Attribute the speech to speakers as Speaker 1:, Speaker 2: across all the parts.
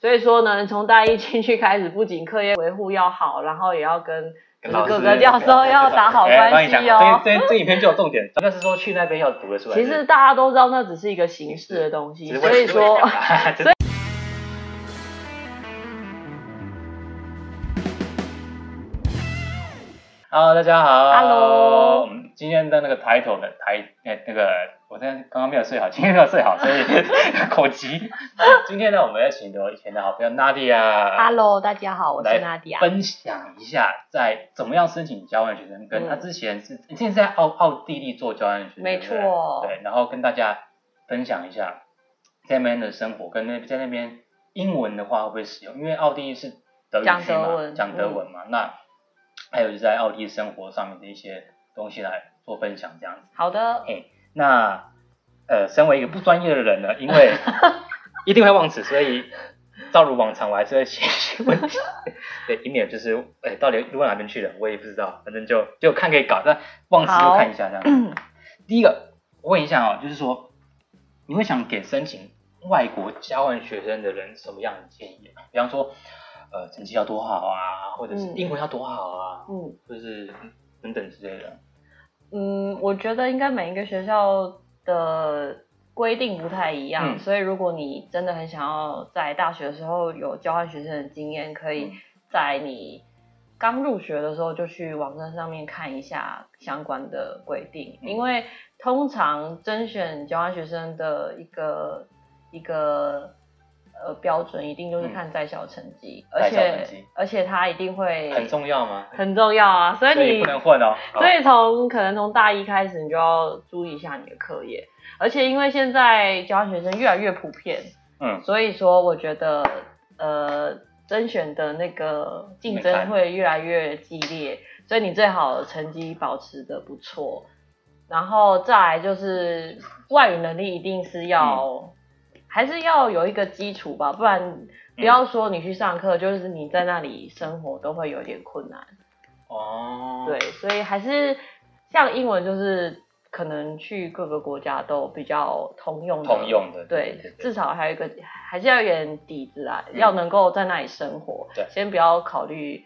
Speaker 1: 所以说呢，从大一进去开始，不仅课业维护要好，然后也要跟
Speaker 2: 跟老师
Speaker 1: 各个教授要打好
Speaker 2: 哎帮
Speaker 1: 关
Speaker 2: 你讲
Speaker 1: 系哦。
Speaker 2: 这这这影片就有重点，应该是说去那边要读得出来。
Speaker 1: 其实大家都知道那只是一个形式的东西，
Speaker 2: 只是
Speaker 1: 所
Speaker 2: 为
Speaker 1: 以
Speaker 2: 了
Speaker 1: 说，
Speaker 2: 只是为了讲啊 Hello，大家好。
Speaker 1: Hello
Speaker 2: 我们今天的那个 title 的台，哎，那个我在刚刚没有睡好，今天没有睡好，所以 口急。今天呢，我们要请到以前的好朋友 Nadia
Speaker 1: Hello，大家好，我是
Speaker 2: 来
Speaker 1: 娜迪亚。
Speaker 2: 分享一下，在怎么样申请交换学生，跟
Speaker 1: 嗯
Speaker 2: 他之前是你现在在奥奥地利做交换学生，
Speaker 1: 没
Speaker 2: 对不对
Speaker 1: 错
Speaker 2: 对，然后跟大家分享一下在那边的生活，跟那在那边英文的话会不会使用？因为奥地利是德语
Speaker 1: 讲
Speaker 2: 区
Speaker 1: 德
Speaker 2: 嘛，
Speaker 1: 文
Speaker 2: 讲德文嘛，那还有就是在奥地利生活上面的一些东西来做分享，这样子。
Speaker 1: 好的，
Speaker 2: 那呃，身为一个不专业的人呢，因 为一定会忘词，所以照如往常，我还是会写一些问 题，对，以免就是哎、到底录到哪边去了，我也不知道，反正就就看可以搞，但忘词就
Speaker 1: 好
Speaker 2: 看一下这样。第一个，我问一下哦，就是说，你会想给申请外国交换学生的人什么样的建议？啊比方说，呃，成绩要多好啊，或者是
Speaker 1: 嗯
Speaker 2: 英文要多好啊，
Speaker 1: 嗯。
Speaker 2: 或者是等等之类的。
Speaker 1: 嗯，我觉得应该每一个学校的规定不太一样，
Speaker 2: 嗯
Speaker 1: 所以如果你真的很想要在大学的时候有交换学生的经验，可以
Speaker 2: 嗯
Speaker 1: 在你刚入学的时候就去网站上面看一下相关的规定，
Speaker 2: 嗯
Speaker 1: 因为通常甄选交换学生的一个一个。呃，标准一定就是
Speaker 2: 嗯
Speaker 1: 看在校成绩，
Speaker 2: 在
Speaker 1: 而
Speaker 2: 校成
Speaker 1: 且
Speaker 2: 绩
Speaker 1: 而且它一定会
Speaker 2: 很重要吗？
Speaker 1: 很重要啊，所以
Speaker 2: 所以
Speaker 1: 你
Speaker 2: 不能混哦。好
Speaker 1: 所以从可能从大一开始，你就要注意一下你的课业，而且因为现在交换学生越来越普遍，
Speaker 2: 嗯，
Speaker 1: 所以说我觉得呃甄选的那个竞
Speaker 2: 门槛
Speaker 1: 争会越来越激烈，所以你最好成绩保持的不错，然后再来就是外语能力一定是
Speaker 2: 嗯
Speaker 1: 要、还是要有一个基础吧，不然不要说你去上课，就是你在那里生活都会有点困难。
Speaker 2: 哦，
Speaker 1: 对，，所以还是像英文，就是可能去各个国家都比较通用的。
Speaker 2: 通用的，
Speaker 1: 对，
Speaker 2: 对
Speaker 1: 至少还有一个，还是要有点底子啊，
Speaker 2: 嗯
Speaker 1: 要能够在那里生活。
Speaker 2: 对
Speaker 1: 先不要考虑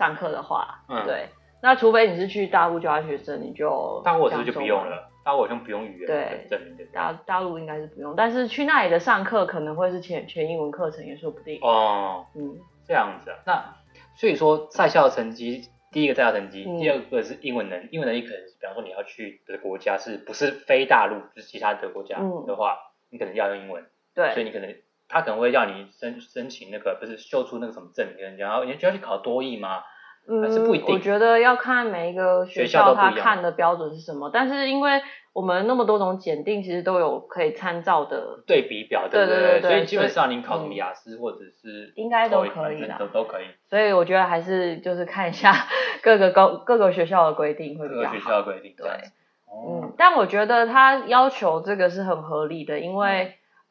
Speaker 1: 上课的话，
Speaker 2: 嗯
Speaker 1: 对。那除非你是去大陆交换学生，你就
Speaker 2: 但我是不是就
Speaker 1: 讲中
Speaker 2: 不用
Speaker 1: 文。
Speaker 2: 了，但我就不用语言
Speaker 1: 对
Speaker 2: 的证明的，
Speaker 1: 大大陆应该是不用，但是去那里的上课可能会是全全英文课程也说不定。
Speaker 2: 哦，
Speaker 1: 嗯，
Speaker 2: 这样子啊，那所以说在校成绩。第一个在校成绩，
Speaker 1: 嗯
Speaker 2: 第二个是英文能力。英文能力可能，比方说你要去的国家是不是非大陆，就是其他的国家
Speaker 1: 嗯
Speaker 2: 的话，你可能要用英文，所以
Speaker 1: 对，
Speaker 2: 你可能他可能会要你申申请那个，不是秀出那个什么证明，然后你就要去考多译吗？
Speaker 1: 嗯，
Speaker 2: 还是不一定
Speaker 1: 我觉得要看每一个学
Speaker 2: 学校都
Speaker 1: 校
Speaker 2: 不一
Speaker 1: 他
Speaker 2: 样
Speaker 1: 看的标准是什么，但是因为我们那么多种检定，其实都有可以参照的，
Speaker 2: 对比表，
Speaker 1: 对
Speaker 2: 不
Speaker 1: 对对对
Speaker 2: 所以基
Speaker 1: 所
Speaker 2: 本
Speaker 1: 以
Speaker 2: 上你考什么
Speaker 1: 嗯
Speaker 2: 雅思或者是
Speaker 1: 应该都
Speaker 2: TOEIC，
Speaker 1: 可以
Speaker 2: 反正
Speaker 1: 啦
Speaker 2: 都都可以。
Speaker 1: 所以我觉得还是就是看一下 各个高各个学校的规定会
Speaker 2: 各
Speaker 1: 比
Speaker 2: 个
Speaker 1: 较
Speaker 2: 学校
Speaker 1: 好。
Speaker 2: 的规定这
Speaker 1: 对
Speaker 2: 样子。
Speaker 1: 嗯
Speaker 2: 哦，，
Speaker 1: 但我觉得他要求这个是很合理的，因为、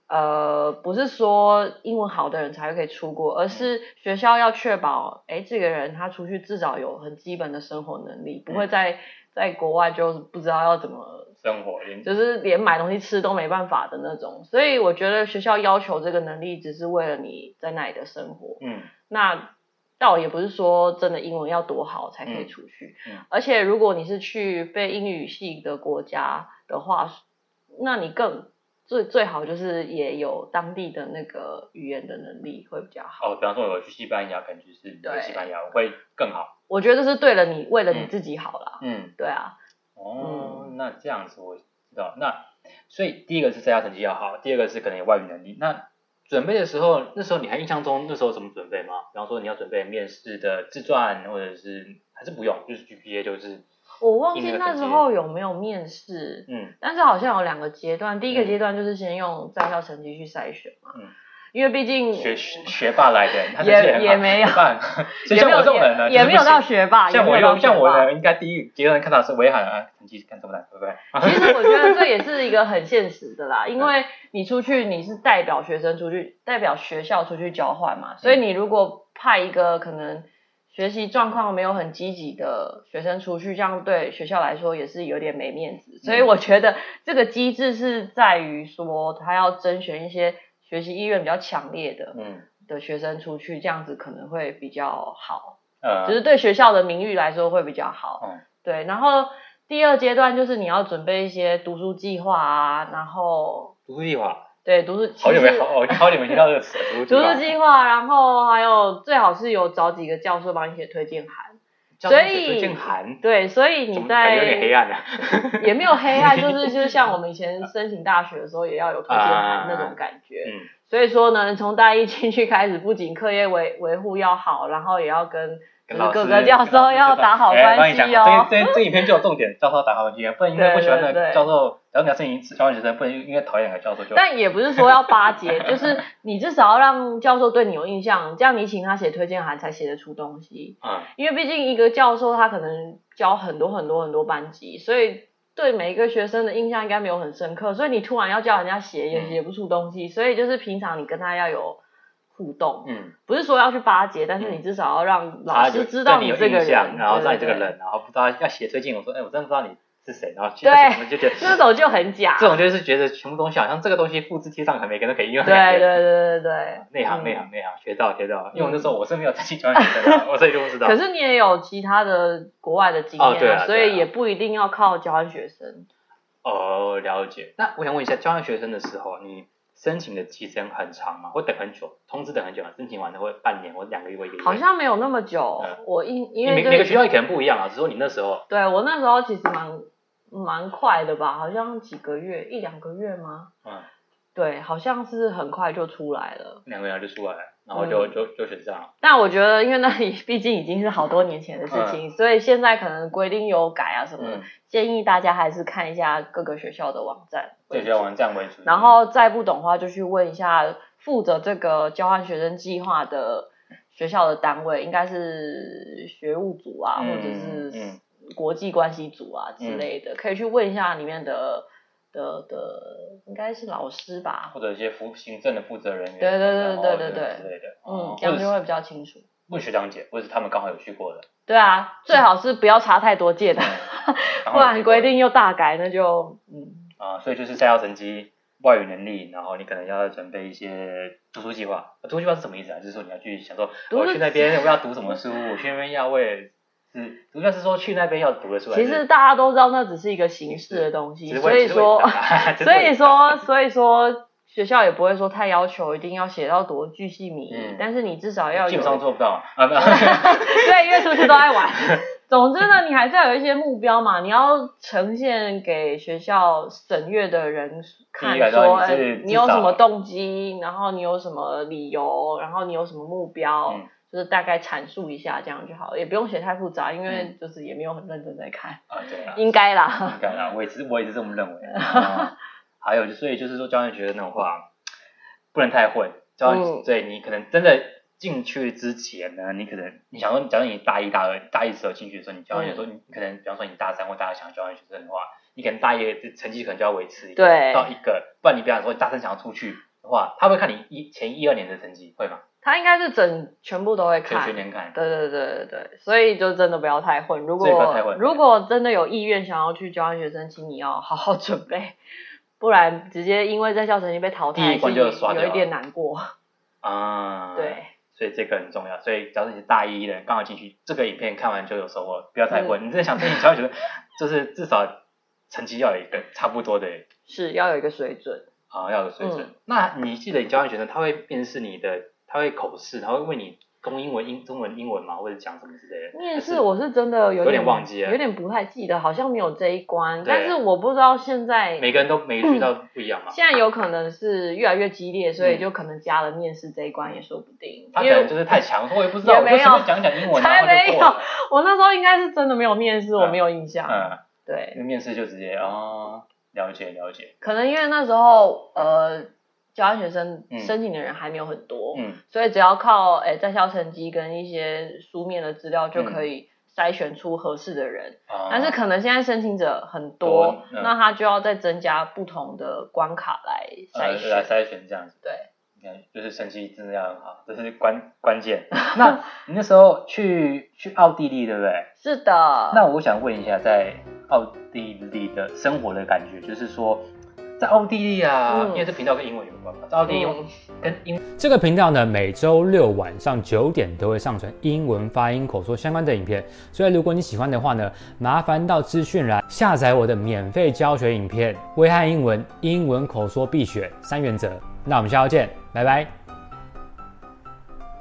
Speaker 2: 嗯
Speaker 1: 呃，不是说英文好的人才可以出国，而
Speaker 2: 嗯
Speaker 1: 是学校要确保，哎，这个人他出去至少有很基本的生活能力，不会
Speaker 2: 嗯
Speaker 1: 在在国外就不知道要怎么
Speaker 2: 生活连
Speaker 1: 就是连买东西吃都没办法的那种。所以我觉得学校要求这个能力，只是为了你在那里的生活。
Speaker 2: 嗯
Speaker 1: 那倒也不是说真的英文要多好才可以出去，
Speaker 2: 嗯嗯
Speaker 1: 而且如果你是去非英语系的国家的话，那你更最最好就是也有当地的那个语言的能力会比较好。
Speaker 2: 哦，比方说我去西班牙，可能就是嗯
Speaker 1: 对
Speaker 2: 西班牙我会更好。
Speaker 1: 我觉得这是对了你，为了你
Speaker 2: 嗯
Speaker 1: 自己好啦。
Speaker 2: 嗯，
Speaker 1: 对啊，
Speaker 2: 哦，那这样子我知道。那所以第一个是在家成绩要好，第二个是可能有外语能力。那准备的时候，那时候你还印象中那时候怎么准备吗？比方说你要准备面试的自传，或者是还是不用，就是 GPA 就是
Speaker 1: 我忘
Speaker 2: 英
Speaker 1: 记
Speaker 2: 文的
Speaker 1: 那
Speaker 2: 成
Speaker 1: 时
Speaker 2: 绩
Speaker 1: 候有没有面试，
Speaker 2: 嗯
Speaker 1: 但是好像有两个阶段，第一个
Speaker 2: 嗯
Speaker 1: 阶段就是先用在校成绩去筛选嘛，
Speaker 2: 嗯
Speaker 1: 因为毕竟
Speaker 2: 学学学霸来的，他成绩
Speaker 1: 也
Speaker 2: 很好
Speaker 1: 也没有
Speaker 2: 学霸 所以
Speaker 1: 也没有
Speaker 2: 像我这种人呢，
Speaker 1: 也也没有到
Speaker 2: 到。
Speaker 1: 学霸，
Speaker 2: 像
Speaker 1: 也
Speaker 2: 我
Speaker 1: 没有到
Speaker 2: 又
Speaker 1: 学
Speaker 2: 像我
Speaker 1: 霸
Speaker 2: 呢，应该第一阶段看到是维喊啊，成绩看这么烂，对不对？啊
Speaker 1: 其实我觉得这也是一个很现实的 啦，因为你出去你是代表学生出去，代表学校出去交换
Speaker 2: 嗯
Speaker 1: 嘛，所以你如果派一个可能学习状况没有很积极的学生出去，这样对学校来说也是有点没面
Speaker 2: 嗯
Speaker 1: 子。所以我觉得这个机制是在于说，他要甄选一些学习意愿比较强烈的，
Speaker 2: 嗯
Speaker 1: 的学生出去，这样子可能会比较好，
Speaker 2: 呃，
Speaker 1: 就是对学校的名誉来说会比较好。
Speaker 2: 嗯
Speaker 1: 对，然后第二阶段就是你要准备一些读书计划啊，然后
Speaker 2: 读书计划，
Speaker 1: 对读书，
Speaker 2: 好久没
Speaker 1: 其实
Speaker 2: 好好好久没听到这个词，读书计
Speaker 1: 读
Speaker 2: 划
Speaker 1: 书，计划，然后还有最好是有找几个教授帮你写推荐函。
Speaker 2: 教授
Speaker 1: 所
Speaker 2: 写
Speaker 1: 以
Speaker 2: 推荐函，
Speaker 1: 对，所以
Speaker 2: 怎
Speaker 1: 你
Speaker 2: 么感
Speaker 1: 在
Speaker 2: 觉有点黑暗 啊，
Speaker 1: 也没有 黑暗，就是就是像我们以前申请大学的时候也要有推荐
Speaker 2: 啊
Speaker 1: 函那种感觉。
Speaker 2: 嗯，
Speaker 1: 所以说呢，从大一进去开始，不仅课业维维护要好，然后也要跟就
Speaker 2: 跟
Speaker 1: 是
Speaker 2: 老
Speaker 1: 各
Speaker 2: 师
Speaker 1: 个教授要打好
Speaker 2: 哎帮
Speaker 1: 关
Speaker 2: 你
Speaker 1: 系
Speaker 2: 讲
Speaker 1: 哦。
Speaker 2: 这这这影片就有重点，教授打好关系，不然因为
Speaker 1: 对
Speaker 2: 不喜欢那
Speaker 1: 对
Speaker 2: 个
Speaker 1: 对
Speaker 2: 教授，然后你要是你喜欢学生，不能因为讨厌哪个教授就
Speaker 1: 但也不是说要巴 结，就是你至少要让教授对你有印象，这样你请他写推荐函才写得出东西。
Speaker 2: 嗯
Speaker 1: 因为毕竟一个教授他可能教很多很多很多班级，所以对每一个学生的印象应该没有很深刻，所以你突然要叫人家写也
Speaker 2: 嗯
Speaker 1: 写不出东西，所以就是平常你跟他要有互动，
Speaker 2: 嗯，
Speaker 1: 不是说要去巴结，但是
Speaker 2: 嗯
Speaker 1: 你至少要让
Speaker 2: 他
Speaker 1: 老
Speaker 2: 有
Speaker 1: 师知道
Speaker 2: 对你有
Speaker 1: 这个
Speaker 2: 印象
Speaker 1: 人，
Speaker 2: 然后
Speaker 1: 对
Speaker 2: 知道你这个。
Speaker 1: 对对
Speaker 2: 人，然后不知道要写推荐，我说哎，我真的不知道你是谁，然后去
Speaker 1: 对
Speaker 2: 我就觉得
Speaker 1: 这 种就很假，
Speaker 2: 这种就是觉得全部东西好像这个东西复制贴上，可能每个人都可以用。
Speaker 1: 对对对对对，
Speaker 2: 内行
Speaker 1: 嗯
Speaker 2: 内行内行，学到学到。因为我那时候我是没有在新疆学生 啊的，我所以就不知道
Speaker 1: 可。是你也有其他的国外的经验、
Speaker 2: 哦对啊
Speaker 1: 所
Speaker 2: 对啊
Speaker 1: 以也不一定要靠交换学生。
Speaker 2: 哦，了解。那我想问一下，交换学生的时候，你申请的期间很长吗？会等很久？通知等很久啊吗？申请完的会半年或两个月或一个月？
Speaker 1: 好像没有那么久，
Speaker 2: 嗯
Speaker 1: 我因因
Speaker 2: 你每
Speaker 1: 为就
Speaker 2: 每个学
Speaker 1: 是
Speaker 2: 校可能不一样啊，只是说你那时候
Speaker 1: 对我那时候其实蛮蛮快的吧，好像几个月一两个月吗？
Speaker 2: 嗯
Speaker 1: 对，好像是很快就出来了。
Speaker 2: 两个月就出来了，然后就、
Speaker 1: 嗯
Speaker 2: 就就选上了。
Speaker 1: 但我觉得，因为那里毕竟已经是好多年前的事情，所以现在可能规定有改啊什么的，
Speaker 2: 嗯，
Speaker 1: 建议大家还是看一下各个学校的网站。
Speaker 2: 这学校网站为主。
Speaker 1: 然后再不懂的话，就去问一下负责这个交换学生计划的学校的单位，应该是学务组啊，
Speaker 2: 嗯
Speaker 1: 或者是
Speaker 2: 嗯
Speaker 1: 国际关系组啊之类的，可以去问一下里面的的的，应该是老师吧，
Speaker 2: 或者一些服行政的负责人员，
Speaker 1: 对对对
Speaker 2: 然后
Speaker 1: 对对对
Speaker 2: 之类的，
Speaker 1: 嗯
Speaker 2: 哦，
Speaker 1: 这样
Speaker 2: 或
Speaker 1: 就
Speaker 2: 者
Speaker 1: 会
Speaker 2: 是
Speaker 1: 比较清楚。
Speaker 2: 问学长姐，或者是他们刚好有 去过的，嗯
Speaker 1: 对啊，最好是不要差太多届的，
Speaker 2: 然
Speaker 1: 不
Speaker 2: 后
Speaker 1: 然规定又大改，那就嗯，
Speaker 2: 啊、所以就是赛校成绩、外语能力，然后你可能要准备一些读书计划。读书计划是什么意思啊？就是说你要去想说，
Speaker 1: 读
Speaker 2: 我、
Speaker 1: 书
Speaker 2: 去那边我要读什么书，我去那边要为是，读书计划是说去那边要读的书，还
Speaker 1: 其
Speaker 2: 是
Speaker 1: 实大家都知道那只是一个形式的东
Speaker 2: 只
Speaker 1: 西，
Speaker 2: 是
Speaker 1: 所
Speaker 2: 为
Speaker 1: 以
Speaker 2: 了
Speaker 1: 说。
Speaker 2: 只是
Speaker 1: 所
Speaker 2: 为了
Speaker 1: 以说，所以说学校也不会说太要求一定要写到多巨细靡遗，
Speaker 2: 嗯
Speaker 1: 但是你至少要
Speaker 2: 基
Speaker 1: 有
Speaker 2: 本上做不到啊，没有
Speaker 1: 对，因为出去都在 玩。总之呢，你还是要有一些目标嘛，你要呈现给学校审阅的人看
Speaker 2: 第一个
Speaker 1: 说，
Speaker 2: 当然是
Speaker 1: 哎
Speaker 2: 至
Speaker 1: 你有
Speaker 2: 少
Speaker 1: 什么动机，然后你有什么理由，然后你有什么目标，
Speaker 2: 嗯
Speaker 1: 就是大概阐述一下这样就好了，也不用写太复杂，因为
Speaker 2: 嗯
Speaker 1: 就是也没有很认真在看，
Speaker 2: 啊，对啊，
Speaker 1: 应该啦。
Speaker 2: 应该啦，我也是我也是这么认为。
Speaker 1: 嗯
Speaker 2: 啊还有就所以就是说，教练学生的话，不能太混。教练、
Speaker 1: 嗯
Speaker 2: 对你可能真的进去之前呢，你可能你想说，假如你大一、大二、大一时候进去的时候，你教
Speaker 1: 嗯
Speaker 2: 练说、你可能，比方说你大三或大二想要教练学生的话，你可能大一的成绩可能就要维持一个
Speaker 1: 对
Speaker 2: 到一个，不然你比方说大三想要出去的话，他会看你一前一二年的成绩，会吗？
Speaker 1: 他应该是整全部都会
Speaker 2: 全
Speaker 1: 看，
Speaker 2: 学年看。
Speaker 1: 对对对对对，所以就真的不要太混。如
Speaker 2: 所以不
Speaker 1: 果
Speaker 2: 要太混
Speaker 1: 如果真的有意愿想要去交换学生，请你要好好准备，不然直接因为在校成绩被淘汰，
Speaker 2: 第一关就刷掉
Speaker 1: 有一点难过。
Speaker 2: 啊、
Speaker 1: 对，
Speaker 2: 所以这个很重要。所以，假如你是大一的人，刚好进去，这个影片看完就有收获，不要太
Speaker 1: 嗯
Speaker 2: 混。你真的想申请交换学生，就是至少成绩要有一个差不多的
Speaker 1: 是要有一个水准。
Speaker 2: 啊、要有水准。
Speaker 1: 嗯
Speaker 2: 那你记得你交换学生，他会面试你的，他会口试，他会问你中英文、英中文、英文吗？或者讲什么之类的？
Speaker 1: 面
Speaker 2: 还
Speaker 1: 试我是真的有
Speaker 2: 有点忘记了
Speaker 1: 有点不太记得，好像没有这一关。
Speaker 2: 对
Speaker 1: 但是我不知道现在嗯
Speaker 2: 每个人都每个学校不一样嘛。
Speaker 1: 现在有可能是越来越激烈，所以
Speaker 2: 嗯
Speaker 1: 就可能加了面试这一关也说不定。
Speaker 2: 他可
Speaker 1: 因为
Speaker 2: 能就是太强，我也不知道，
Speaker 1: 也
Speaker 2: 我
Speaker 1: 没
Speaker 2: 就随
Speaker 1: 有
Speaker 2: 便讲讲英文，然
Speaker 1: 才
Speaker 2: 后就
Speaker 1: 没
Speaker 2: 过了。
Speaker 1: 我那时候应该是真的没有面试，我没有印象。
Speaker 2: 嗯，
Speaker 1: 对。
Speaker 2: 那面试就直接哦，了解了解，
Speaker 1: 可能因为那时候呃，交换学生
Speaker 2: 嗯
Speaker 1: 申请的人还没有很多，
Speaker 2: 嗯
Speaker 1: 所以只要靠诶、在校成绩跟一些书面的资
Speaker 2: 嗯
Speaker 1: 料就可以筛选出合适的人。
Speaker 2: 啊。
Speaker 1: 但是可能现在申请者很
Speaker 2: 多
Speaker 1: 多，
Speaker 2: 嗯
Speaker 1: 那他就要再增加不同的关卡来筛
Speaker 2: 呃
Speaker 1: 选。
Speaker 2: 来筛选这样子。
Speaker 1: 对，
Speaker 2: 你看，就是成绩真的要很好，这是关 关键。 那你那时候去去奥地利，对不对？
Speaker 1: 是的，
Speaker 2: 那我想问一下，在奥地利的生活的感觉，就是说，在奥地利啊，
Speaker 1: 嗯
Speaker 2: 因为这频道跟英文有关嘛，在奥地利用
Speaker 1: 嗯
Speaker 3: 这个频道呢，每周六晚上九点都会上传英文发音口说相关的影片，所以如果你喜欢的话呢，麻烦到资讯栏下载我的免费教学影片《危害英文：英文口说必学三原则》。那我们下周见，拜拜。